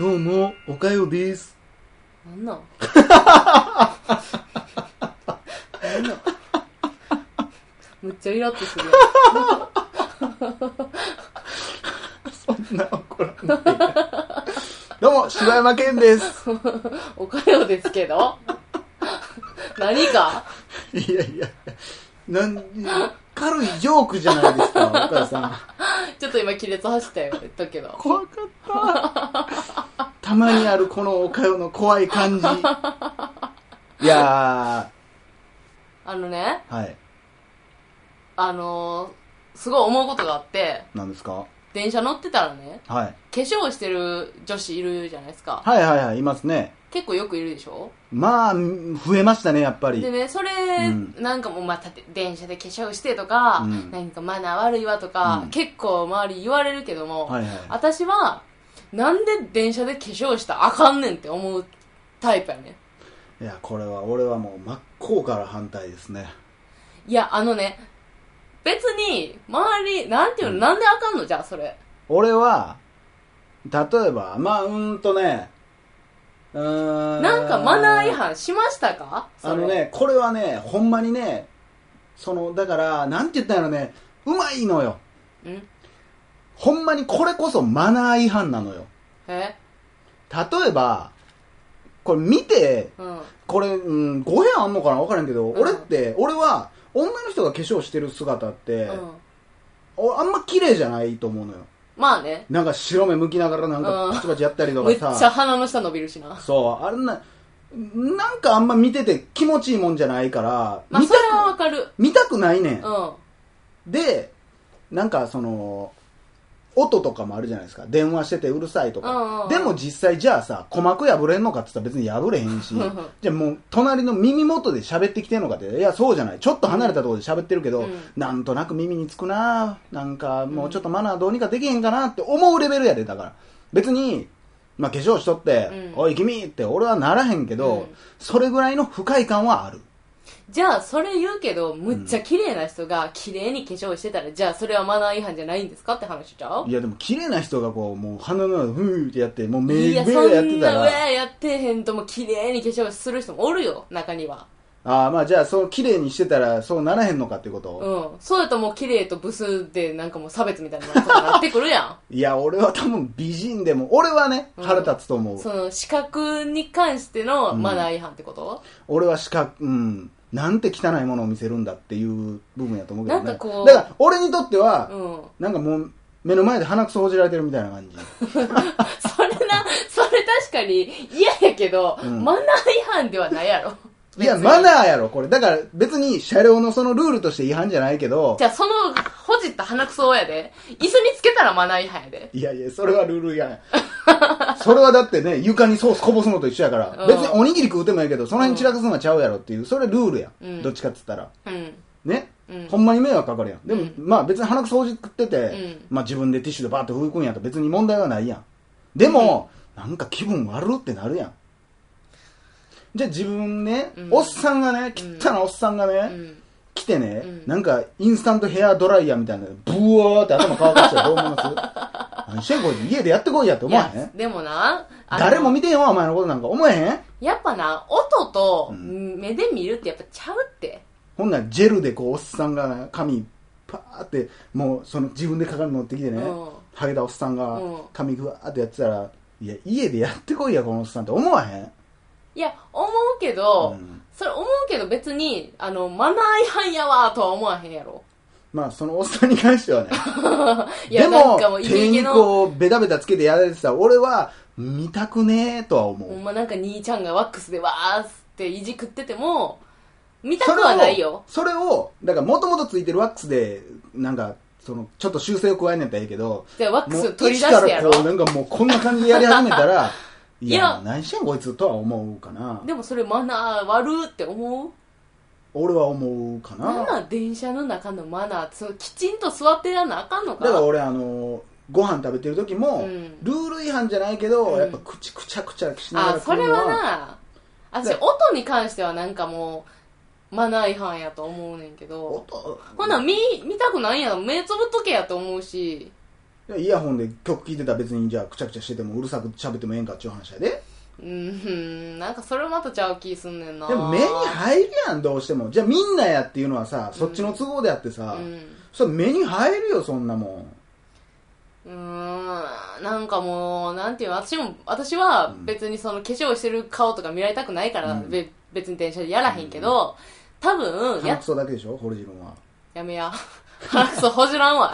うもおかよですなんなんなんなんむっちゃイラッとするやそんな怒らないでどうも柴山健ですんおかよですけど何かいやいやなん軽いジョークじゃないですかお母さんちょっと今亀裂走ったよ言ったけど怖かったたまにあるこのおかよの怖い感じいやあのねーはいあのー、すごい思うことがあってなんですか電車乗ってたらねはい化粧してる女子いるじゃないですかはいはいはいいますね結構よくいるでしょまあ増えましたねやっぱりでねそれ、うんなんかもうまた電車で化粧してとか、うん何かマナー悪いわとか、うん結構周り言われるけども、はいはい私はなんで電車で化粧したらあかんねんって思うタイプやねいやこれは俺はもう真っ向から反対ですねいやあのね別に周りなんていうの、なんであかんのじゃあそれ俺は例えばまあうーんとねうーんなんかマナー違反しましたかそれあのねこれはねほんまにねそのだからなんて言ったんやろねうまいのようんほんまにこれこそマナー違反なのよえ例えばこれ見てうんこれ、うん、語弊あんのかな分からんけど、うん俺って俺は女の人が化粧してる姿って、うんおあんま綺麗じゃないと思うのよまあねなんか白目向きながらなんうかんパチパチやったりとめかっちさ、ゃ鼻の下伸びるしなそうあんななんかあんま見てて気持ちいいもんじゃないから、まあ見そたれはわかる見たくないねんう、んでなんかその音とかもあるじゃないですか電話しててうるさいとか、うんうんうんでも実際じゃあさ鼓膜破れんのかって言ったら別に破れへんしじゃあもう隣の耳元で喋ってきてんのかっていやそうじゃないちょっと離れたところで喋ってるけど、うんなんとなく耳につくななんかもうちょっとマナーどうにかできへんかなって思うレベルやでだから別に、まあ、化粧しとって「うんおい君!」って俺はならへんけど、うんそれぐらいの不快感はあるじゃあそれ言うけどむっちゃ綺麗な人が綺麗に化粧してたら、じゃあそれはマナー違反じゃないんですかって話しちゃういやでも綺麗な人がこうもう鼻の上でふーってやってもう目い上やをそんなやウってたらェアやってへんとも綺麗に化粧する人もおるよ中にはああまあじゃあそう綺麗にしてたらそうならへんのかってこうと、んそうやともう綺麗とブスでなんかもう差別みたいなのとかなってく るやいや俺は多分美人でも俺はねうん腹立つと思う、んその視覚に関してのマナー違反ってこと、俺はしかうんなんて汚いものを見せるんだっていう部分やと思うけどねなんかこうだから俺にとってはう、ん、なんかもう目の前で鼻くそほじられてるみたいな 感じそれなそれ確かに嫌やけど、うんマナー違反ではないやろいや別にマナーやろこれだから別に車両のそのルールとして違反じゃないけどじゃあそのほじった鼻くそやで椅子につけたらマナー違反やでいやいや、 それはルール違反。それはだってね、床にソースこぼすのと一緒やから、うん別におにぎり食うてもいいけど、その辺散らかすのはちゃうやろっていう、それルールや、うんどっちかっつったら。うんね、うんほんまに迷惑かかるやん。でも、うんまあ別に鼻くそほじくってて、うんまあ自分でティッシュでバーって拭くんやと別に問題はないやん。でも、なんか気分悪ってなるやん。じゃあ自分ね、うんおっさんがね、汚なおっさんがね、うん来てね、うんなんかインスタントヘアドライヤーみたいなのブワーって頭乾かしたらどう思います 何してんこいつ家でやってこいやってい思わへやんでもなあの誰も見てへんわお前のことなんか思えへんやっぱな音とうん目で見るってやっぱちゃうって、ほんならジェルでこうおっさんがね髪パーってもうその自分で鏡持ってきてね、うんハゲたおっさんがうん髪ぐわーってやってたらいや家でやってこいやこのおっさんって思わへんいや思うけど、うんそれ思うけど別にあのマナー違反やわとは思わへんやろまあそのおっさんに関してはね いやでなんもかもうイケ手イケにのこうベタベタつけてやられてたら俺は見たくねえとは思う、ほんまなんか兄ちゃんがワックスでわーっていじくってても見たくはないよそれをそれをだからもともとついてるワックスでなんかそのちょっと修正を加えんやったらええけどじゃあワックもスう取り一出かしてやらろこうなんかもうこんな感じでやり始めたらいいやや何してんこいつとは思うかなでもそれマナー悪って思う俺は思うかななんなん電車の中のマナーそのきちんと座ってやらなあかんのかだから俺あのご飯食べてる時も、うんルール違反じゃないけど、うんやっぱ口くちゃくちゃしながらあ食そうれのははな私だ音に関してはなんかもうマナー違反やと思うねんけど音ほな見見たくないんやろ目つぶっとけやと思うしイヤホンで曲聴いてたら別にじゃあくちゃくちゃしててもうるさく喋ってもええんかっちゅう話やでうん、なんかそれまたちゃう気すんねんな。でも目に入るやんどうしてもじゃあみんなやっていうのはさそっちの都合であってさ、うんそれ目に入るよそんなもんうーん、なんかもう、なんていうの、私も、私は別にその化粧してる顔とか見られたくないから、うんべ別に電車でやらへんけど、多分、鼻やく、そだけでしょ堀君はやめや。 鼻くそほじらんわ。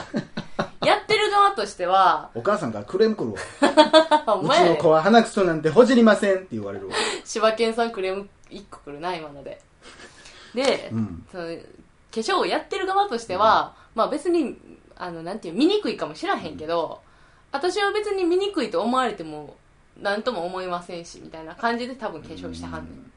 やってる側としては、お母さんからクレーム来るわうおちの前、子は鼻くそなんてほじりませんって言われるわ柴犬さんクレーム1個くるな、今ので。で、うんその化粧をやってる側としては、まあ別にあのなんていう見にくいかもしらへんけど、私は別に見にくいと思われても何とも思いませんしみたいな感じで多分化粧してはんねん、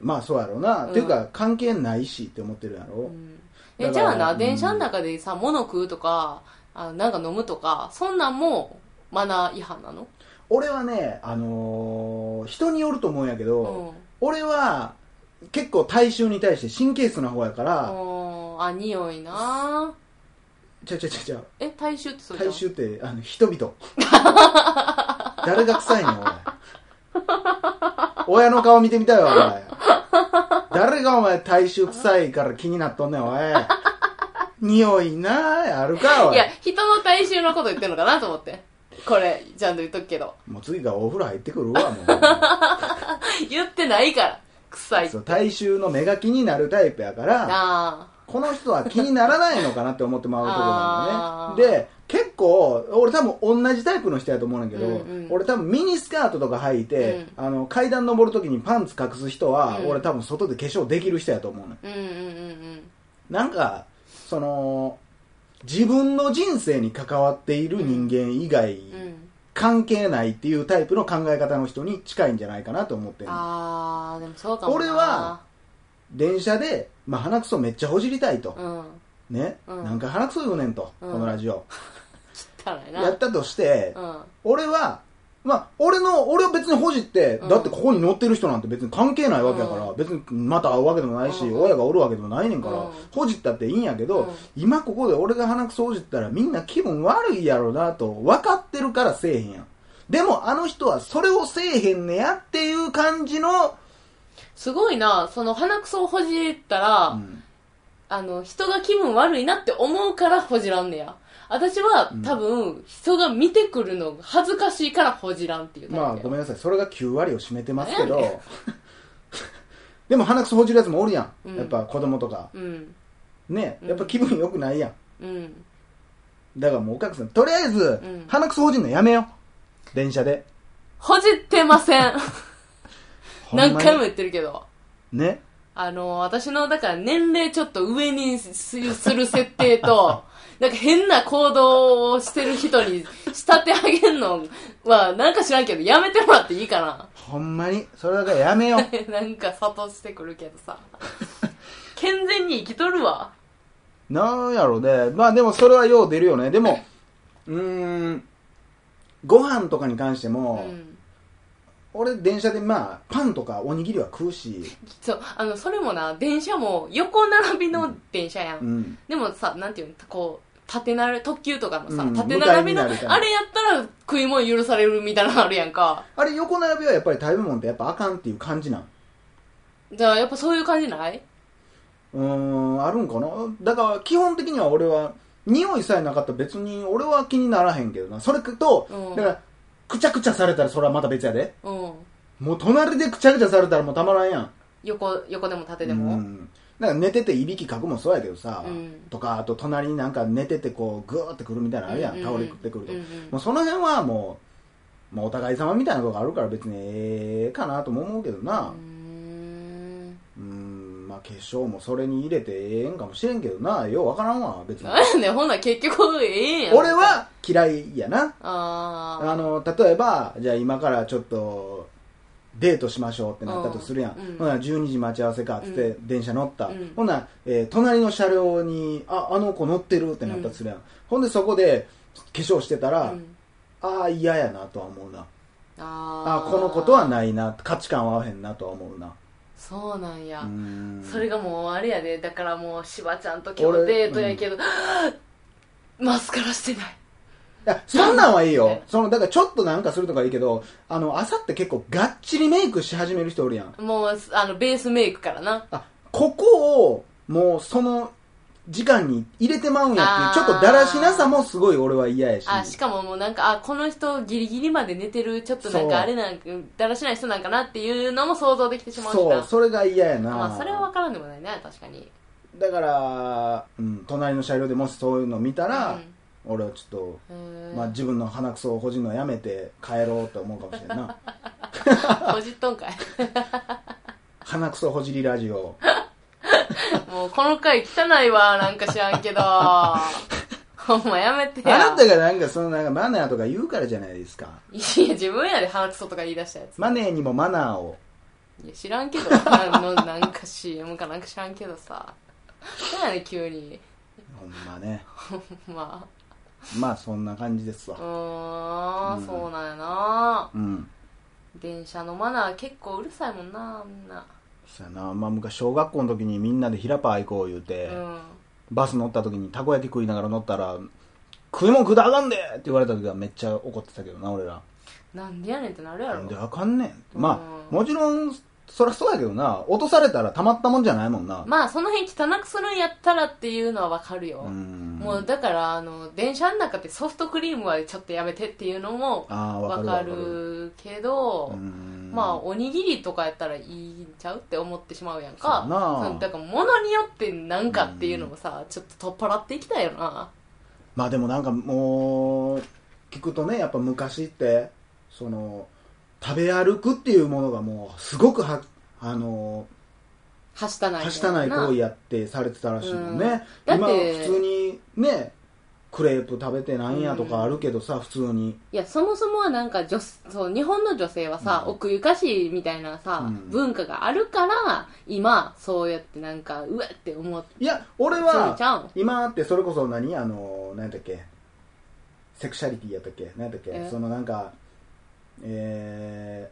まあそうやろうな、うんっていうか関係ないしって思ってるやうろ、んだえじからゃあな、うん電車の中でさ物食うとかあなんか飲むとかそんなんもマナー違反なの俺はねあのー人によると思うんやけど、うん俺は結構大衆に対して神経質な方やから、うんあ匂いなちゃちゃちゃちゃえ体臭ってそうじゃん大衆ってあの人々 誰が臭いねんお前親の顔見てみたいわお前誰がお前大衆臭いから気になっとんねんおい匂いないあるかおいいや人の体臭のこと言ってるのかなと思ってこれちゃんと言っとくけど もう次からお風呂入ってくるわもう言ってないから臭いってそう大衆の目が気になるタイプやからあこの人は気にならないのかなって思ってまうとこあろなーのね。で、結構、俺多分同じタイプの人やと思うねんだけど、うんうん俺多分ミニスカートとか履いて、あの、階段登るときにパンツ隠す人は、うん俺多分外で化粧できる人やと思うねん。あうんうんうんなんか、その、自分の人生に関わっている人間以外、うんうん関係ないっていうタイプの考え方の人に近いんじゃないかなと思ってんのああでもそうかもな俺は電車で、まあ、鼻くそめっちゃほじりたいとう。んね。うんなんか鼻くそ言うねんと、うんこのラジオ。汚いなやったとして、うん俺は、まあ、俺の、俺は別にほじって、うんだってここに乗ってる人なんて別に関係ないわけやから、うん別にまた会うわけでもないし、うん親がおるわけでもないねんから、うんほじったっていいんやけど、うん今ここで俺が鼻くそほじったらみんな気分悪いやろなと分かってるからせえへんやん。でもあの人はそれをせえへんねやっていう感じの、すごいなその鼻くそをほじったら、うんあの人が気分悪いなって思うからほじらんねや私はうん多分、人が見てくるのが恥ずかしいからほじらんっていうまあごめんんなさい、それが9割を占めてますけなんやど、 でも鼻くそほじるやつもおるや。うんんやっぱ子供とか。うんね、うんやっぱ気分良くないやん。うんだからもうお客さん、とりあえず、うん鼻くそほじんのやめよう。電車で。ほじってま せんほんまに何回も言ってるけどね。あの、私の、だから年齢ちょっと上にするする設定と、 なんか変な行動をしてる人に仕立て上げんのは、なんか知らんけど、やめてもらっていいかな。 ほんまに、それだけはやめよう。なんか諭してくるけど さ。健全に生きとるわ。 なんやろね。まあでもそれはよう出るよね。でも、うーん、ご飯とかに関してうも、ん。俺電車でまあ、パンとかおにぎりは食うし、そう、あの、それもな、電車も横並びの電車やん。うん。でもさ、なんていうの、こう、縦並び、特急とかのさ、うん縦並びの、向あかいになるれみたいやなったら食い物許されるみたいなのあるやんか。あれ横並びはやっぱり食べ物ってやっぱあかんっていう感じなん。じゃあ、やっぱそういう感じないうーん、あるんかなだから基本的には俺は、匂いさえなかったら別に俺は気にならへんけどな。それと、うんだから、くちゃくちゃされたらそれはまた別やで。うん。もう隣でくちゃくちゃされたらもうたまらんやん。横横でも縦でも、うん。だから寝てていびきかくもそうやけどさ、うんとか、あと隣になんか寝ててこう、ぐーってくるみたいなのあるやん。うんうんうん倒れくってくると。うんうんもうその辺はもう、まあ、お互い様みたいなとこあるから別にええかなとも思うけどうーな。んうん、んまあ化粧もそれに入れてええんかもしれんけどな。ようわからんわ、 別に。なんやねんほんなら結局ええんやん俺は嫌いやな。あーあの、例えば、じゃあ今からちょっと、デートしましょうってなったとするやん。うんうんほな、12時待ち合わせかっつって、電車乗った。うんほな、えー隣の車両に、あ、あの子乗ってるってなったとするやん。ほんでそこで、化粧してたら、うんああ、嫌やなとは思うな。ああーあ、この子とはないな。価値観は合わへんなとは思うな。そうなんや、うんそれがもうあれやでだからもうしばちゃんと今日俺 デートやけど、マスカラしてないいやそんなんはいいよえ。その、だからちょっとなんかするとかいいけど、あの、朝って結構がっちりメイクし始める人おるやん。もう、あの、ベースメイクからな。あ、ここを、もうその、時間に入れてまうんやあーっていう、ちょっとだらしなさもすごい俺は嫌やし。あ、しかももうなんか、あ、この人ギリギリまで寝てる、ちょっとなんそうかあれなんか、だらしない人なんかなっていうのも想像できてしまうしそな。う、それが嫌やな。まあ、それは分からんでもないね、確かに。だから、うん、隣の車両でもしそういうの見たら、うん俺はちょうっーと、んまあ、自分の鼻くそをほじるのやめて帰ろうって思うかもしれんなほじっとんかい。 鼻くそほじりラジオもうこの回汚いわ、なんか知らん けど。ほんまやめてあや。なたがなんかそのなんかマナーとか言うからじゃないですかいや、自分やで鼻くそとか言い出したやつ。マネーにもマナーをいや、知らんけど。なんのなんか CM かなんか知らんけどさ。なんやねん、急に。ほんまねままあそんな感じですわあ。ううー、んんそうなんやな。うん電車のマナー結構うるさいもんな、みんな。そやなまあ昔小学校の時にみんなで平パー行こう言うて、うん。バス乗った時にたこ焼き食いながら乗ったら食い物食うたらあかんでって言われた時はめっちゃ怒ってたけどな俺らなんでやねんってなるやなろん。であかんねんってまあうんもちろんそりゃそうやけどな落とされたらたまったもんじゃないもんな、まあ、その辺汚くするんやったらっていうのはわかるよ。うんもうだからあの電車の中でソフトクリームはちょっとやめてっていうのもああわかわるわかかるるけどうんまあおにぎりとかやったらいいんちゃうって思ってしまうやんそかうやなそうだから物によってなんかっていうのもさちょっと取っ払っていきたいよなまあでもなんかもう聞くとねやっぱ昔ってその食べ歩くっていうものがもうすごくはあのはしたないはしたない行為やってされてたらしいもんね、うん今だって普通にねクレープ食べてなんやとかあるけどさ、普通にいやそもそもはなんか女そう日本の女性はさ、うん奥ゆかしいみたいなさ、うん文化があるから今そうやってなんかうわって思っていや俺そうはちゃうん今ってそれこそ何あの何だっけセクシャリティやったっけ何だっけえそのなんかえ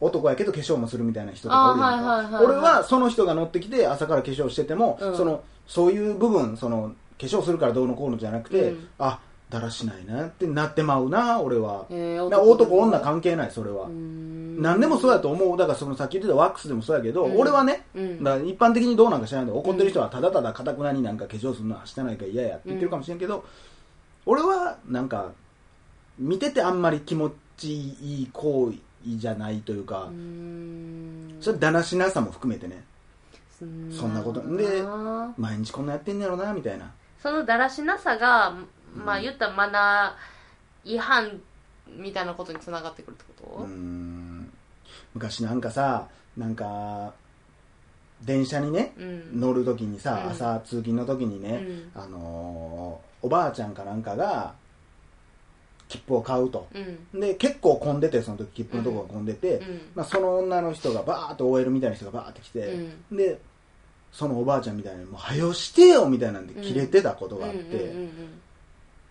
ー、男やけど化粧もするみたいな人とかあおるやんか、はいはいはいはい俺はその人が乗ってきて朝から化粧してても、うんそのそういう部分その化粧するからどうのこうのじゃなくて、うんあだらしないなってなってまうな俺は、えーだから男女関係ないそれは、うーん何でもそうやと思うだからそのさっき言ってたワックスでもそうやけど、うん俺はねうんだから一般的にどうなんか知らないけど怒ってる人はただただかたくなになんか化粧するのはしてないから嫌やって言ってるかもしれんけど、俺はなんか見ててあんまり気持ちいい行為じゃないというか、うーんそれはだらしなさも含めてねそんそんなことで毎日こんなやってんねやろなみたいなそのだらしなさがまあうん言ったらマナー違反みたいなことにつながってくるってうーこん昔なんかさなんか電車にねとうん乗る時にさ、うん朝通勤の時にうね、んあのーおばあちゃんかなんかが切符を買うと、うんで結構混んでてその時切符のとこが混んでて、うんまあ、その女の人がバーッと OL みたいな人がバーッて来て、でそのおばあちゃんみたいに「もう早よしてよ」みたいなんでうんキレてたことうんがあって「うんうん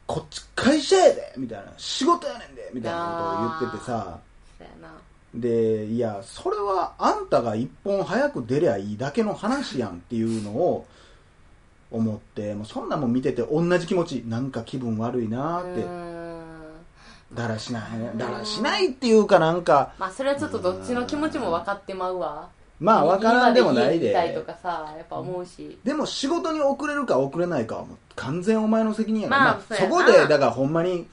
こっち会社やで」みたいな「仕事やねんで」みたいなことを言っててさそうやなでいやそれはあんたが一本早く出りゃいいだけの話やんっていうのを思ってもうそんなもん見てて同じ気持ちなんか気分悪いなーって、うーんだらしないだらしないっていうかなんかまあそれはちょっとどっちの気持ちも分かってまうわまあ分からんでもない右ま行きたいでとかさやっぱ思うしでも仕事に遅れるか遅れないかはもう完全お前の責任やから、まあまあ、そそうやなこでだからほんまに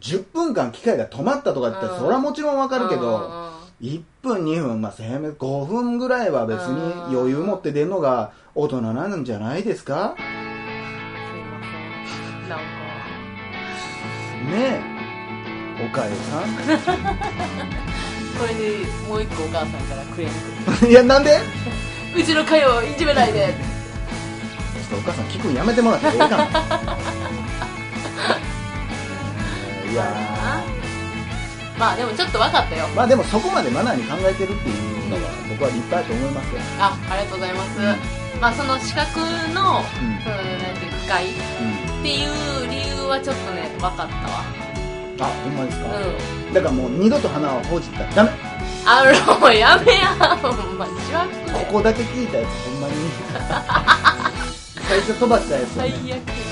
10分間機械が止まったとかだったうらんそれはもちろん分かるけうんどうんうん1分2分まあせめて5分ぐらいは別に余裕持って出るのが大人なんじゃないですかすいませんなんかねえおかゆこれでもう一個お母さんからクレーム来るさん いやなんでうちの会話をいじめないでちょっとお母さん聞くんやめてもらっていい かないやーまあでもちょっと分かったよまあでもそこまでマナーに考えてるっていうのが僕は立派だと思いますよ、あありがとうございます、まあその資格の、うんそのなんていうか会っていう理由はちょっとね分かったわうん、あほんまですか、うんだからもう二度と花をほじったらダメあのもうやめやほんましわく ここだけ聞いたやつほんまに最初飛ばしたやつ、ね、最悪や